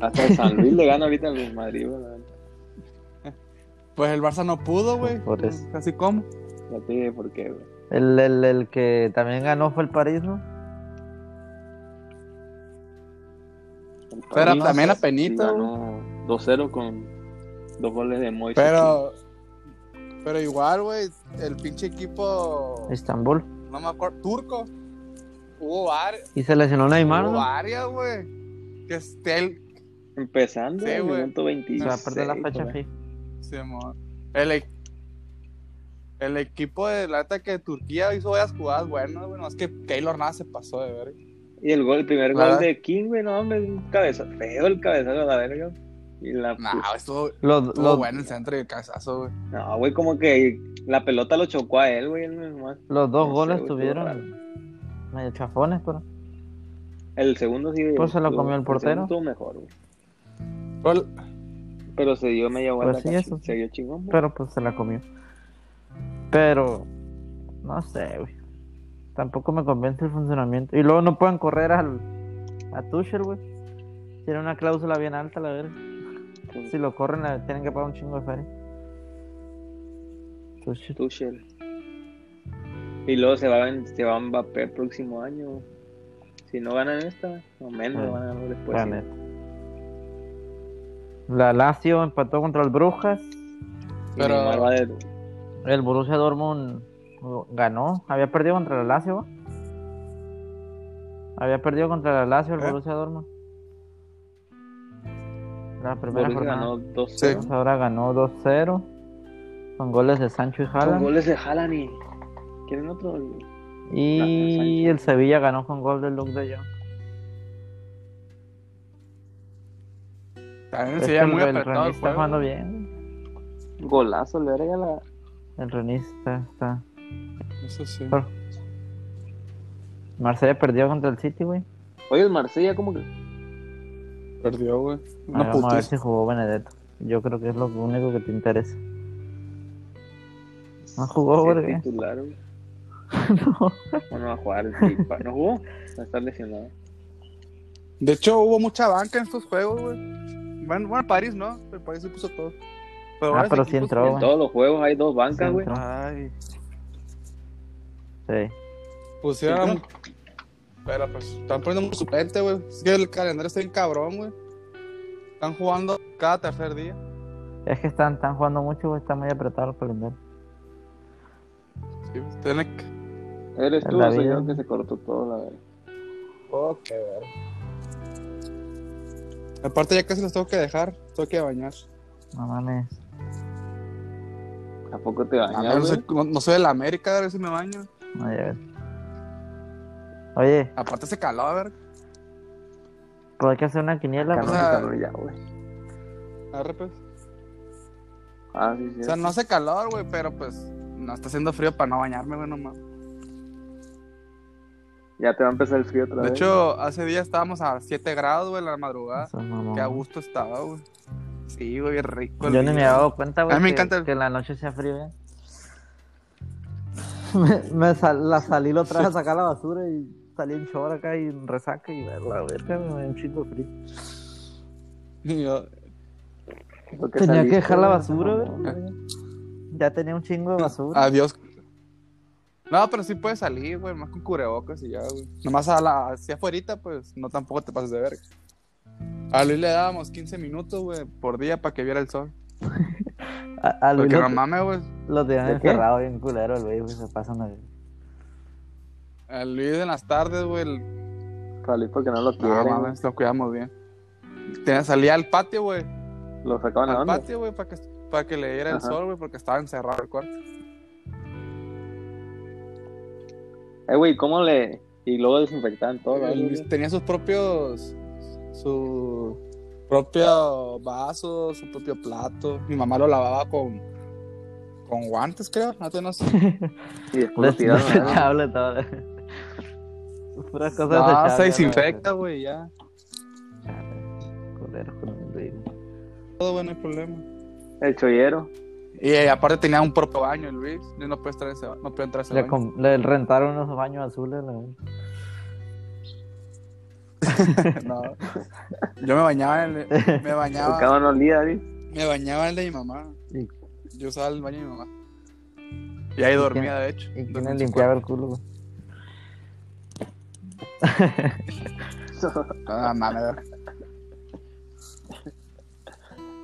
S3: Hasta el San Luis le gana ahorita al Madrid, güey. la neta.
S2: Pues el Barça no pudo, güey.
S1: Por eso. Pues
S2: Casi como.
S3: Ya te dije por qué, güey.
S1: El, el, el que también ganó fue el París, ¿no?
S3: El
S2: Pero
S3: París,
S2: también a
S3: sí,
S2: penita,
S3: ganó 2-0 con dos goles de Moisés.
S2: Pero. Pero igual, güey, el pinche equipo.
S1: Estambul.
S2: No me acuerdo. Turco. Hubo, var-
S1: Y se lesionó Neymar,
S2: hubo
S1: ¿no?
S2: varias, güey. Que Estel.
S3: Empezando
S2: Sí,
S3: en el
S2: güey.
S3: minuto
S1: Se
S3: 26.
S1: va a perder la fecha
S3: güey.
S1: FIFA.
S2: Simón. El, e- el equipo del ataque de Turquía hizo varias jugadas buenas, güey. Más que Keylor nada se pasó de verga.
S3: Y el gol, el primer
S2: Claro.
S3: gol de King, güey, no, hombre, un cabezazo, feo el cabezazo a la verga. Y la
S2: Nah, güey, estuvo,
S1: Los,
S2: estuvo
S1: los-
S2: bueno el centro y el cabezazo, güey.
S3: No, güey, como que la pelota lo chocó a él, güey. él nomás.
S1: Los dos
S3: No sé,
S1: goles
S3: güey, estuvo
S1: tuvieron medio chafones, pero
S3: El segundo sí.
S1: Pues se lo
S3: estuvo-
S1: comió el portero.
S3: segundo Estuvo mejor, güey.
S2: Pero-
S3: Pero se dio media vuelta.
S1: Pues sí,
S3: casi,
S1: eso sí.
S3: Se dio chingón, güey.
S1: pero pues se la comió. Pero no sé, güey. Tampoco me convence el funcionamiento. Y luego no pueden correr al a Tuchel, güey. Tiene una cláusula bien alta, la verga.
S3: Pues,
S1: Si lo corren, la- tienen que pagar un chingo de feria. Tuchel.
S3: Tuchel. Y luego se va, en- se va Mbappé el próximo año. Si no ganan esta, o menos
S1: Sí.
S3: van a ganar después.
S1: la
S3: Pues sí.
S1: neta. La Lazio empató contra el Brujas.
S3: Y
S2: Pero-
S3: Neymar va de-
S1: El Borussia Dortmund uh, ganó. Había perdido contra la Lazio. ¿va? Había perdido contra la Lazio el
S2: ¿Eh?
S1: Borussia Dortmund. La primera
S3: Borussia
S1: jornada.
S3: ganó 2
S1: Entonces ahora ganó 2-0 con goles de Sancho y
S3: Con
S1: Haaland.
S3: goles de Haaland y... ¿Quieren otro?
S1: Y
S3: Sancho.
S1: el Sevilla ganó con gol de Luke de Jong.
S2: También
S1: Es
S2: se
S1: que
S2: lleva
S1: el,
S2: muy
S1: el
S2: apretado
S1: René
S2: el
S1: está
S2: juego.
S1: jugando bien.
S3: Golazo, le regala.
S1: El René está, está.
S2: Eso sí.
S1: Marsella perdió contra el City, güey.
S3: Oye, el Marsella como que...
S2: Perdió, güey.
S1: Ahí
S2: Una
S1: vamos a ver
S2: putiza.
S1: si jugó Benedetto. Yo creo que es lo único que te interesa. No jugó,
S3: Sí,
S1: verga.
S3: titular, güey.
S1: *laughs* No.
S3: No, no va a jugar. el titular. ¿No jugó? Va a estar lesionado.
S2: De hecho, hubo mucha banca en estos juegos, güey. Bueno, bueno, París no. El París se puso todo. Pero
S1: Ah,
S2: varios
S1: pero sí
S2: equipos-
S1: entró,
S3: en
S1: güey.
S3: todos los juegos hay dos bancas,
S1: Sí,
S3: güey.
S1: entró.
S2: Ay,
S1: Sí.
S2: pusieron. Pues Pero pues, están poniendo mucho suplente, güey. Es que el calendario está bien cabrón, güey. Están jugando cada tercer día.
S1: Es que están, están jugando mucho, güey. Está muy apretado el calendario.
S2: Sí, güey. tienen que.
S3: Eres tú,
S1: La
S3: o sea,
S1: vida.
S3: yo creo que se cortó todo, la verdad.
S2: Oh, qué ver. Aparte, ya casi los tengo que dejar. Tengo que bañar.
S1: No mames.
S3: ¿A poco te
S2: A ver,
S3: bañas,
S2: no,
S3: güey?
S2: soy, no, no soy de la América, a ver si me baño.
S1: No llegues. Oye,
S2: Aparte, se caló, a ver.
S1: pero hay que hacer una quiniela.
S3: Calor,
S1: güey.
S2: sea,
S3: calor ya, güey.
S2: Arre, pues.
S3: Ah, sí, sí.
S2: O sea, no hace calor, güey, pero pues no está haciendo frío para no bañarme, güey, nomás.
S3: Ya te va a empezar el frío otra
S2: De
S3: vez.
S2: hecho, hace días estábamos a 7 grados, güey, en la madrugada.
S1: Eso es mamón.
S2: Qué a gusto estaba, güey. Sí, güey, bien rico. el
S1: Yo ni
S2: día.
S1: me había dado cuenta, güey.
S2: A mí me
S1: que-
S2: encanta el-
S1: Que en la noche sea frío, ¿eh? *laughs* Me, me sal- la salí la otra vez a sacar la basura y salí en chor acá y en resaca y la verga, me dio un chingo de frío.
S2: Y *laughs* yo,
S3: Lo
S1: Tenía
S3: saliste,
S1: que dejar la
S3: güey,
S1: basura,
S3: no,
S1: güey. Ya tenía un chingo
S2: Ah,
S1: de basura.
S2: adiós. No, pero sí puedes salir, güey, más con cubrebocas y ya, güey. Nomás a la, hacia afuera, pues no tampoco te pases de verga. A Luis le dábamos 15 minutos, güey, por día para que viera el sol.
S1: A, a Luis
S2: Porque
S1: lo,
S2: no mames, güey.
S1: lo tenían
S3: ¿De qué?
S1: encerrado bien culero, el güey, güey, se pasan de...
S2: A Luis en las tardes, güey, el-
S3: Salí porque no lo
S2: No,
S3: quieren. güey.
S2: mames, lo cuidamos bien. Tenía, salía al patio, güey.
S3: lo sacaban a
S2: al
S3: dónde?
S2: patio, güey, para que, para que le diera el
S3: Ajá.
S2: sol, güey, porque estaba encerrado el cuarto.
S3: Eh, güey, ¿cómo le...? Y luego desinfectaban todo,
S2: El
S3: güey.
S2: Luis tenía sus propios. Su propio vaso, su propio plato. Mi mamá lo lavaba con. Con guantes, creo. No te no sé.
S3: Y después lo tiraron. ¿verdad?
S1: Desechable todo. *laughs* Pura cosa
S2: Ah,
S1: desechable,
S2: se
S1: la
S2: desinfecta, güey, ya.
S1: verga. Culero con el Luis.
S2: Todo bueno, no hay problema.
S3: El chollero.
S2: Y eh, aparte tenía un propio baño, el Luis. No puede entrar ese, ba- no puede entrar ese
S1: Le,
S2: baño.
S1: com- le rentaron unos baños azules. la verga.
S2: No. Yo me bañaba en el.
S1: *laughs*
S2: Me
S3: El
S2: bañaba.
S3: cabrón olía, ¿viste?
S2: Me bañaba en el de mi mamá.
S1: Sí.
S2: Yo usaba el baño de mi mamá. Y ahí dormía, de hecho.
S1: ¿Y quién
S2: Dormía
S1: le
S2: en su
S1: limpiaba el culo? güey?
S2: cuarto. Ah, mames, a ver.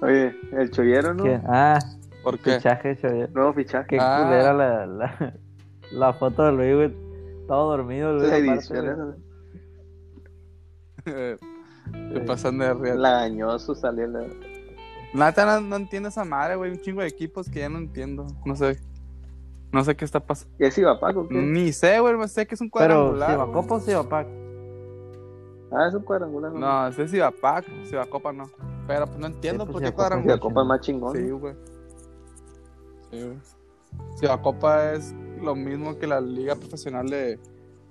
S3: Oye, el chollero, ¿no?
S1: ¿Quién? Ah,
S2: ¿Por qué?
S1: fichaje, chaval.
S3: Nuevo fichaje.
S1: Qué
S2: Ah.
S1: culera la, la, *laughs* la foto de Luis, güey. Todo dormido, Luis.
S3: La
S1: aparte,
S3: edición,
S1: güey.
S3: esa.
S2: *laughs* Estoy pasando de arriba.
S3: Lagañoso salió. La...
S2: Nata no, no entiendo esa madre, güey. Un chingo de equipos que ya no entiendo. No sé. No sé qué está pasando.
S3: ¿Y ese iba Paco? ¿qué?
S2: Ni sé, güey. No sé que es un
S1: Pero,
S2: cuadrangular.
S1: ¿si va
S2: güey.
S1: copa o si va pack?
S3: Ah, es un cuadrangular.
S2: No, sé si va pack, si va copa, no. Pero pues no entiendo
S1: Sí, pues,
S2: por
S1: Cibacopa
S2: qué
S3: Y la
S2: cuadrangular.
S3: copa es más chingón.
S2: Sí,
S3: ¿no?
S2: güey. Sí, güey. Sí, la Copa es lo mismo que la Liga Profesional de,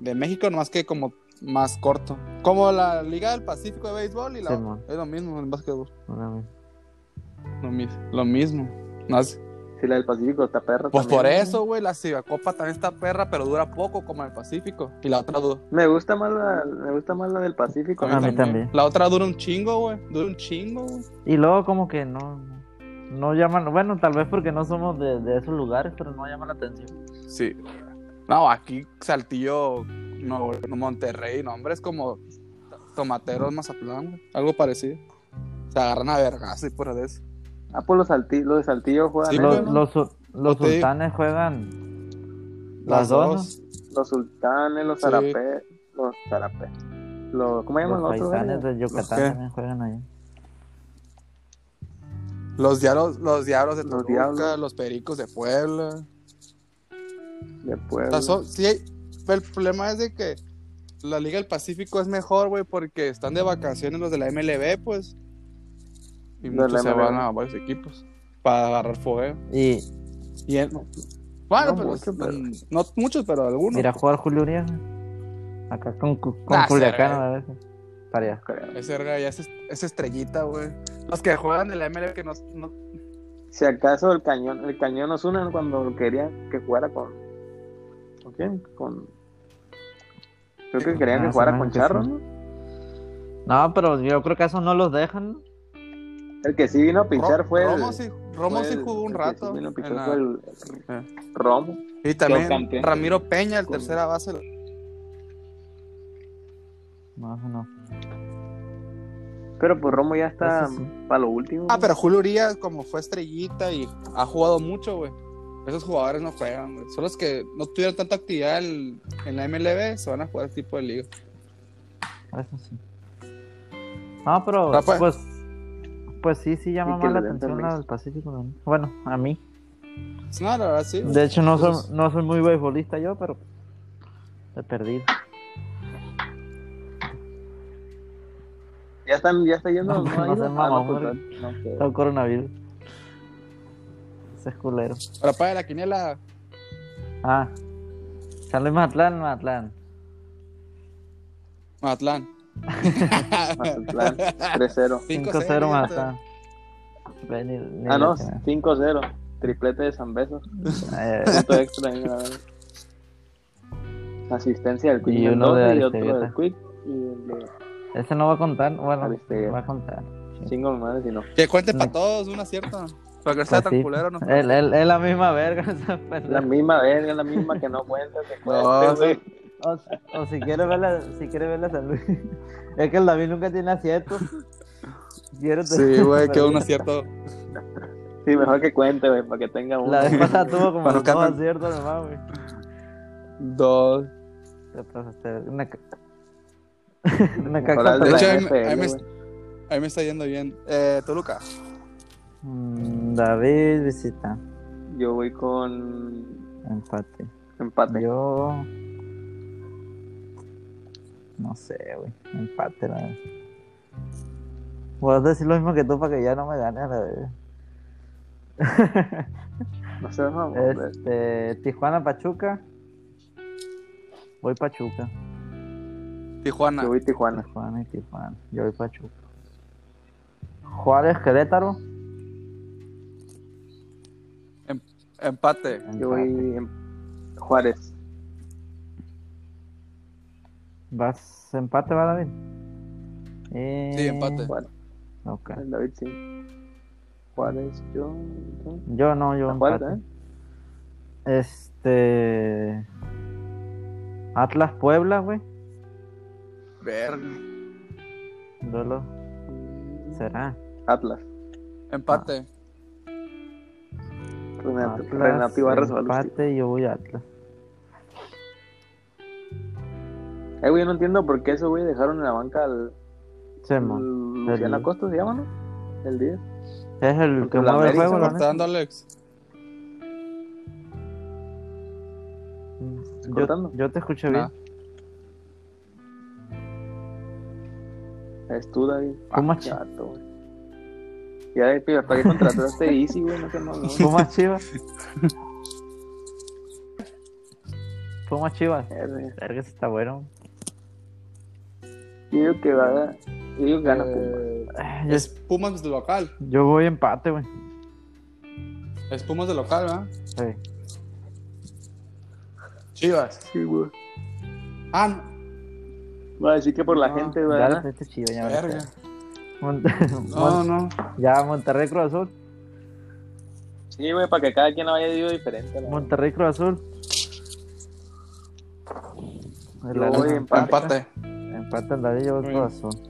S2: de México, nomás que como más corto. Como la Liga del Pacífico de Béisbol y la
S1: Simón.
S2: es lo mismo en básquetbol.
S1: Una vez.
S2: Lo, mi- lo mismo. No es-
S3: Sí, la del Pacífico está perra.
S2: pues
S3: también,
S2: por
S3: ¿no?
S2: eso, güey, la Cibacopa también está perra, pero dura poco como el Pacífico. Y la otra dura.
S3: Me gusta más la, me gusta más la del Pacífico.
S1: A mí también.
S2: La otra dura un chingo, güey. Dura un chingo, güey.
S1: Y luego como que no, no llaman, bueno, tal vez porque no somos de, de esos lugares, pero no llama la atención.
S2: Sí. No, aquí Saltillo no, Monterrey, no, hombre, es como Tomateros Mazatlán, güey, algo parecido. Se agarran a vergas y por eso.
S3: Ah, pues los, Salti- los de Saltillo juegan
S2: Sí,
S3: eso,
S1: Los,
S2: bueno. Pues
S3: ¿no?
S1: los su- los
S2: Te digo.
S1: sultanes juegan las dos.
S3: los sultanes, los
S2: Sí.
S3: zarapés, los zarapés. Los,
S1: ¿no?
S3: ¿Cómo llaman
S1: Los
S3: los, otros? eh?
S1: paisanes
S3: güey?
S1: de Yucatán
S2: qué?
S1: también juegan ahí.
S2: Los diablos, los diablos de
S3: Los
S2: Toluca, los,
S3: Diablos.
S2: pericos de Puebla.
S3: De
S2: O
S3: Puebla.
S2: sea, son- sí, el problema es de que la Liga del Pacífico es mejor, güey, porque están de vacaciones los de la MLB, pues. Y
S3: Los de la
S2: muchos se
S3: MLB.
S2: van a varios equipos para agarrar fogueo.
S1: Y
S2: Y en- Bueno,
S3: No
S2: pues,
S3: mucho,
S2: los-
S3: pero-
S2: no muchos, pero algunos.
S1: mira jugar Julio Urias. Acá con, con
S2: Ah,
S1: Culiacán
S2: sí,
S1: a veces. Para allá.
S3: creo.
S2: Ese verga ya es, est- es estrellita, güey. Los que juegan de la MLB que no, no-
S3: Si acaso el cañón, el cañón nos unen cuando querían que jugara con. ¿Con quién? Con. Creo que querían
S1: Ah,
S3: que
S1: se
S3: jugara
S1: me
S3: con
S1: hace que
S3: Charro,
S1: sí.
S3: ¿no?
S1: No, pero yo creo que a esos no los dejan. ¿no?
S3: El que sí vino a pinchar
S2: Ro-
S3: fue. el-
S2: Romo sí, Romo
S3: fue
S2: sí
S3: el-
S2: jugó un
S3: el que sí
S2: rato.
S3: vino a
S2: en
S3: pinchar
S2: la-
S3: fue el-
S2: Eh.
S3: el Romo.
S2: Y también
S3: campeón.
S2: Ramiro Peña, el
S3: Con-
S2: tercera base.
S1: No, eso no.
S3: Pero pues Romo ya está
S1: Eso sí.
S3: para lo último.
S2: Ah, pero Julio Urias, como fue estrellita y ha jugado mucho, güey. Esos jugadores no juegan, güey. Son los que no tuvieron tanta actividad en, en la MLB, se van a jugar este tipo de liga.
S1: Eso sí. No, pero
S2: Ah, pues.
S1: pues, pues sí, sí llama
S3: Y que
S1: más
S3: le
S1: la
S3: den
S1: atención
S3: permiso.
S1: al Pacífico. ¿no? Bueno, a mí.
S2: No, la verdad sí. güey.
S1: De hecho, no soy,
S2: Entonces-
S1: no soy muy beisbolista yo, pero he perdido.
S3: Ya están, ya está yendo.
S1: No,
S3: No,
S1: no
S3: ha ido?
S1: seas
S3: Ah,
S1: mamón,
S3: pues,
S1: hombre.
S3: no, que-
S1: Tengo coronavirus. Ese es culero.
S2: Ahora para la quiniela,
S1: Ah, sale Matlán, Matlán.
S2: Matlán.
S3: Mazatlán, 3-0.
S1: 5-0 Matlán. Ven, ni- ni *laughs*
S3: Ah, no,
S1: le creas.
S3: 5-0. Triplete de Zambeso.
S1: Eh,
S3: Punto extra. ahí, la verdad. Asistencia del Quick.
S1: Y
S3: en
S1: uno
S3: dos,
S1: de
S3: y otro del
S1: Aristeguieta.
S3: Quick. Y el de
S1: ese no va a contar. Bueno,
S3: Aristeguieta.
S1: va a contar.
S3: Single Madres y no.
S2: Que cuente para
S1: No.
S2: todos una cierta. Para que no sea
S1: Pues
S2: tan
S1: sí.
S2: culero, ¿no?
S1: Él, él- es la misma verga. *laughs* pues, esa
S3: La
S1: pendeja.
S3: misma verga, la misma que no cuenta.
S1: *laughs*
S3: te cuenta,
S2: No,
S3: güey.
S1: O, o si quiere ver la, si quiere ver la salud. *laughs* Es que el David nunca tiene acierto. Quiero
S2: Sí, güey, que un acierto.
S3: Sí, mejor que cuente, güey, para que tenga uno.
S1: La vez pasada tuvo como
S2: Para
S1: dos
S2: no cambiar.
S1: aciertos nomás, güey.
S2: Dos.
S1: Te pasaste de- este, Una, ca- *laughs* una caca.
S3: Mejor al
S2: De
S1: para-
S2: hecho,
S3: la
S2: ahí me- ahí
S3: NFL,
S2: me,
S3: güey.
S2: ahí me está yendo bien. Eh, Toluca.
S1: Mm, David visita.
S3: *laughs* Yo voy con
S1: Empate.
S3: empate.
S1: Yo. No sé, güey. Empate, la verdad. Voy a decir lo mismo que tú para que ya no me gane la
S3: *laughs*
S1: verdad.
S3: No sé, no, hombre.
S1: Este, Tijuana, Pachuca. Voy Pachuca.
S2: Tijuana.
S3: Yo voy Tijuana.
S1: Tijuana y Tijuana. Yo voy Pachuca. Juárez, Querétaro.
S2: Empate.
S3: Yo voy
S1: empate.
S3: en Juárez.
S1: ¿Vas empate, va David? Eh,
S2: Sí, empate.
S3: Juárez.
S1: ok.
S3: El David sí. Juárez, yo. yo.
S1: Yo no, yo
S3: Ah, Juárez,
S1: empate.
S3: ¿eh?
S1: Este. Atlas, Puebla, güey.
S2: Verga.
S1: Duelo. Será.
S3: ¿eh? Atlas.
S2: Empate.
S3: Renato,
S1: Atlas,
S3: Renato Ibarra se va a lucir.
S1: empate, yo voy Atlas.
S3: Eh, güey, yo no entiendo por qué eso, güey, dejaron en la banca al.
S1: Simón.
S3: al Luciano
S1: El-
S3: Acosta, Mm, se llama, ¿no? El 10.
S1: Es el
S3: Porque
S1: que
S3: Mm, la
S1: mueve el
S3: América
S1: juego,
S3: se
S1: la
S2: Está dando Alex.
S1: neta.
S3: cortando.
S1: Yo, yo te escuché
S2: No.
S1: bien.
S3: Es tú, David.
S1: Pumas,
S3: Qué
S1: Chi-
S3: vato, güey. Ya, eh, pero ¿para qué contrataste
S1: *laughs*
S3: a Easy, güey? No sé, no, no.
S1: Pumas
S2: *laughs*
S1: Chivas. Pumas Chivas.
S3: Eh,
S1: Verga, ese está bueno.
S3: Yo digo que va. pues, Yo digo que gana Pumas.
S2: Eh,
S1: Ah, Yo,
S2: es Pumas de local.
S1: yo voy empate, güey.
S2: Es Pumas de local, ¿verdad?
S1: Sí.
S2: Chivas.
S3: Sí, güey.
S2: Ah, no.
S3: Va a decir que por la
S2: No,
S3: gente, güey.
S1: Ya lo
S3: gana.
S1: pusiste pues, este chido, ya ahorita.
S2: verga.
S1: Mon- *laughs*
S2: No,
S1: Mon-
S2: no.
S1: Ya, Monterrey Cruz Azul. pues.
S3: Sí, güey, para que cada quien lo haya ido diferente. la verdad.
S1: Monterrey Cruz Azul. El
S3: Yo
S1: Atlas
S3: voy empate.
S2: Empate.
S1: Empate el Atlas, yo voy
S2: Mm.
S1: Cruz Azul.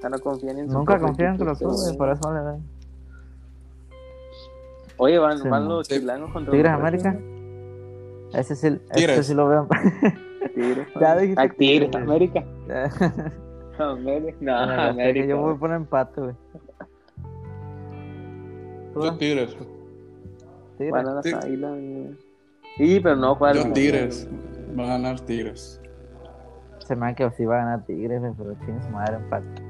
S3: Ya no confían en su
S1: Nunca
S3: propio
S1: confío en
S3: equipo,
S1: Cruz Azul,
S3: ustedes.
S1: güey, por eso le doy.
S3: Oye, van,
S1: Sí,
S3: van
S1: man.
S3: los
S2: Sí.
S3: chilanos contra
S1: Tigres
S3: los-
S1: América. *laughs* Ese sí, ese
S2: Tigres.
S1: sí
S3: *laughs*
S1: lo veo.
S3: Tigres.
S1: Ya dijiste
S3: Ah, Tigres,
S1: que-
S3: América. *laughs*
S1: En
S3: América. No,
S1: el Azteca,
S3: Ah, América.
S1: yo voy por empate, güey. ¿Tú,
S2: Yo Tigres.
S1: Tigres?
S3: Van a las
S2: Sí.
S3: águilas. güey. Sí, pero no juegan.
S2: Yo Tigres. Va a ganar Tigres.
S1: Se me ha que sí va a ganar Tigres, güey, pero chingue su madre empate.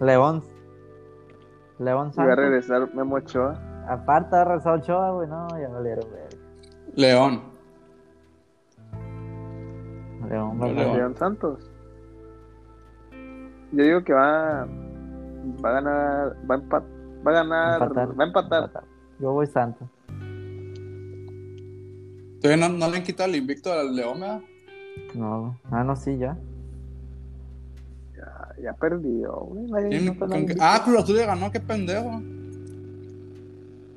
S1: León. León
S3: Y va a
S1: Santos.
S3: regresar Memo Ochoa.
S1: Aparte ha rezado Ochoa, güey. No, ya valieron, güey.
S2: León.
S1: León va a ganar.
S2: Yo León.
S3: León Santos. Yo digo que va, va a ganar, va a, empa- va a ganar,
S1: Empatar.
S3: va a empatar.
S1: Empatar. Yo voy Santos.
S2: Todavía no, no le han quitado el invicto al León, ¿verdad?
S1: No, güey. ah, no, sí, ya.
S3: Ya perdió. güey, nadie-
S2: ¿Quién-
S3: no fue
S2: con qué-
S3: nadie.
S2: Ah, Cruz Azul le ganó, qué pendejo.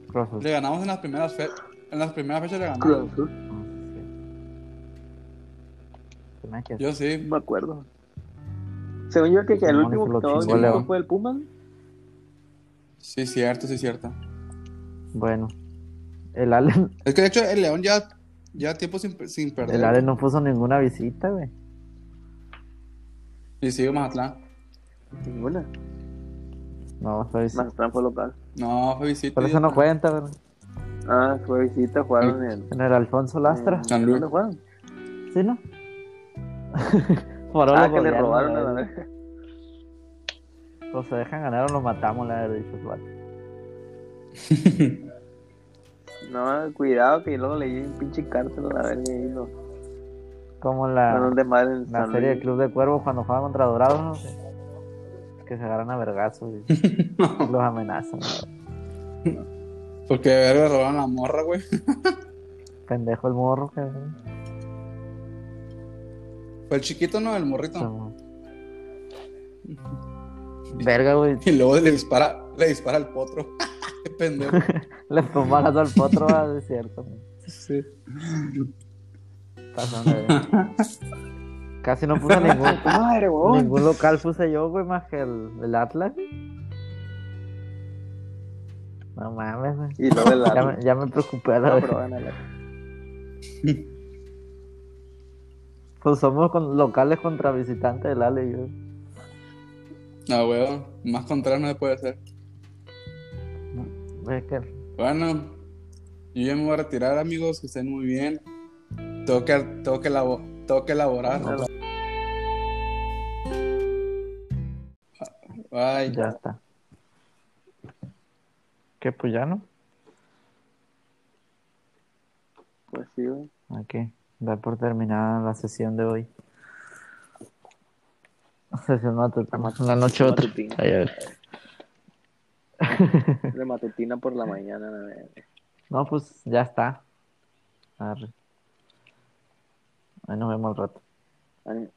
S1: Cruz Azul.
S2: Le ganamos en las primeras fe... en las primeras fechas le ganamos.
S3: Cruz Azul,
S1: Ah, sí. Se me ha que-
S2: Yo sí.
S3: no me acuerdo. Según yo que, que el
S1: Simón,
S3: último
S1: se lo
S3: que quedó
S1: chingó
S3: invicto
S1: León.
S3: fue el Puma.
S2: Sí, cierto, sí, cierto.
S1: Bueno. El Allen,
S2: Es que de hecho el León ya, ya tiempo sin, sin
S1: el
S2: perder.
S1: Allen no puso ninguna visita, güey.
S2: Y sigue Mazatlán.
S3: Ninguna.
S1: No, fue visita.
S3: Mazatlán fue local.
S2: No, fue visita.
S1: Por eso no cuenta, güey.
S3: Ah, fue visita, jugaron en.
S1: En el Alfonso Lastra.
S3: en-
S2: San Luis.
S3: ¿Dónde jugaron?
S1: ¿Sí, no? *laughs* Por
S3: Mm. Ah, que le robaron a la verga.
S1: O se dejan ganar o nos matamos, la verdad, dicho vato.
S3: No, cuidado que luego le llegó un pinche cárcel a la verga y lo.
S1: Como la,
S3: fueron de madre en
S1: Ah, la
S3: San
S1: serie de
S3: Luis.
S1: Club de Cuervos cuando juegan contra Dorados, ¿no? Que, que se agarran a vergazos y los amenazan. ¿no?
S2: Porque verga robaron la morra, güey.
S1: Pendejo el morro, que...
S3: Ah.
S2: Fue el chiquito, no, el morrito.
S1: Como- Verga, güey.
S2: Y luego le dispara, le dispara al potro. qué pendejo.
S1: Le fue un balazo al potro, va, es cierto. güey.
S2: Sí.
S1: Pasando, güey.
S3: *laughs*
S1: Casi no puse ningún,
S3: Madre, huevón.
S1: ningún local, puse yo, güey, más que el, el Atlas. güey. No mames, güey.
S3: Y luego el
S1: Ya
S3: Atlas.
S1: me, ya me preocupé a la
S3: No,
S1: vez.
S3: pero van a ganar.
S1: Pues somos con- locales contra visitantes del Ale y yo.
S2: No, güey. Más contrario no se puede hacer.
S1: Es que
S2: Bueno, yo ya me voy a retirar, amigos, que estén muy bien. Tengo que, tengo que, elabo- tengo que elaborar. Bye.
S1: ya está. ¿Qué, pues ya no?
S3: Pues sí, güey.
S1: Ok, da por terminada la sesión de hoy. *laughs* Sesión matutina. Una noche otra.
S3: Matutina.
S1: Ay, a ver.
S3: De matutina por la mañana, la verga.
S1: No, pues ya está. Arre. Ahí nos vemos al rato.
S3: Ánimo.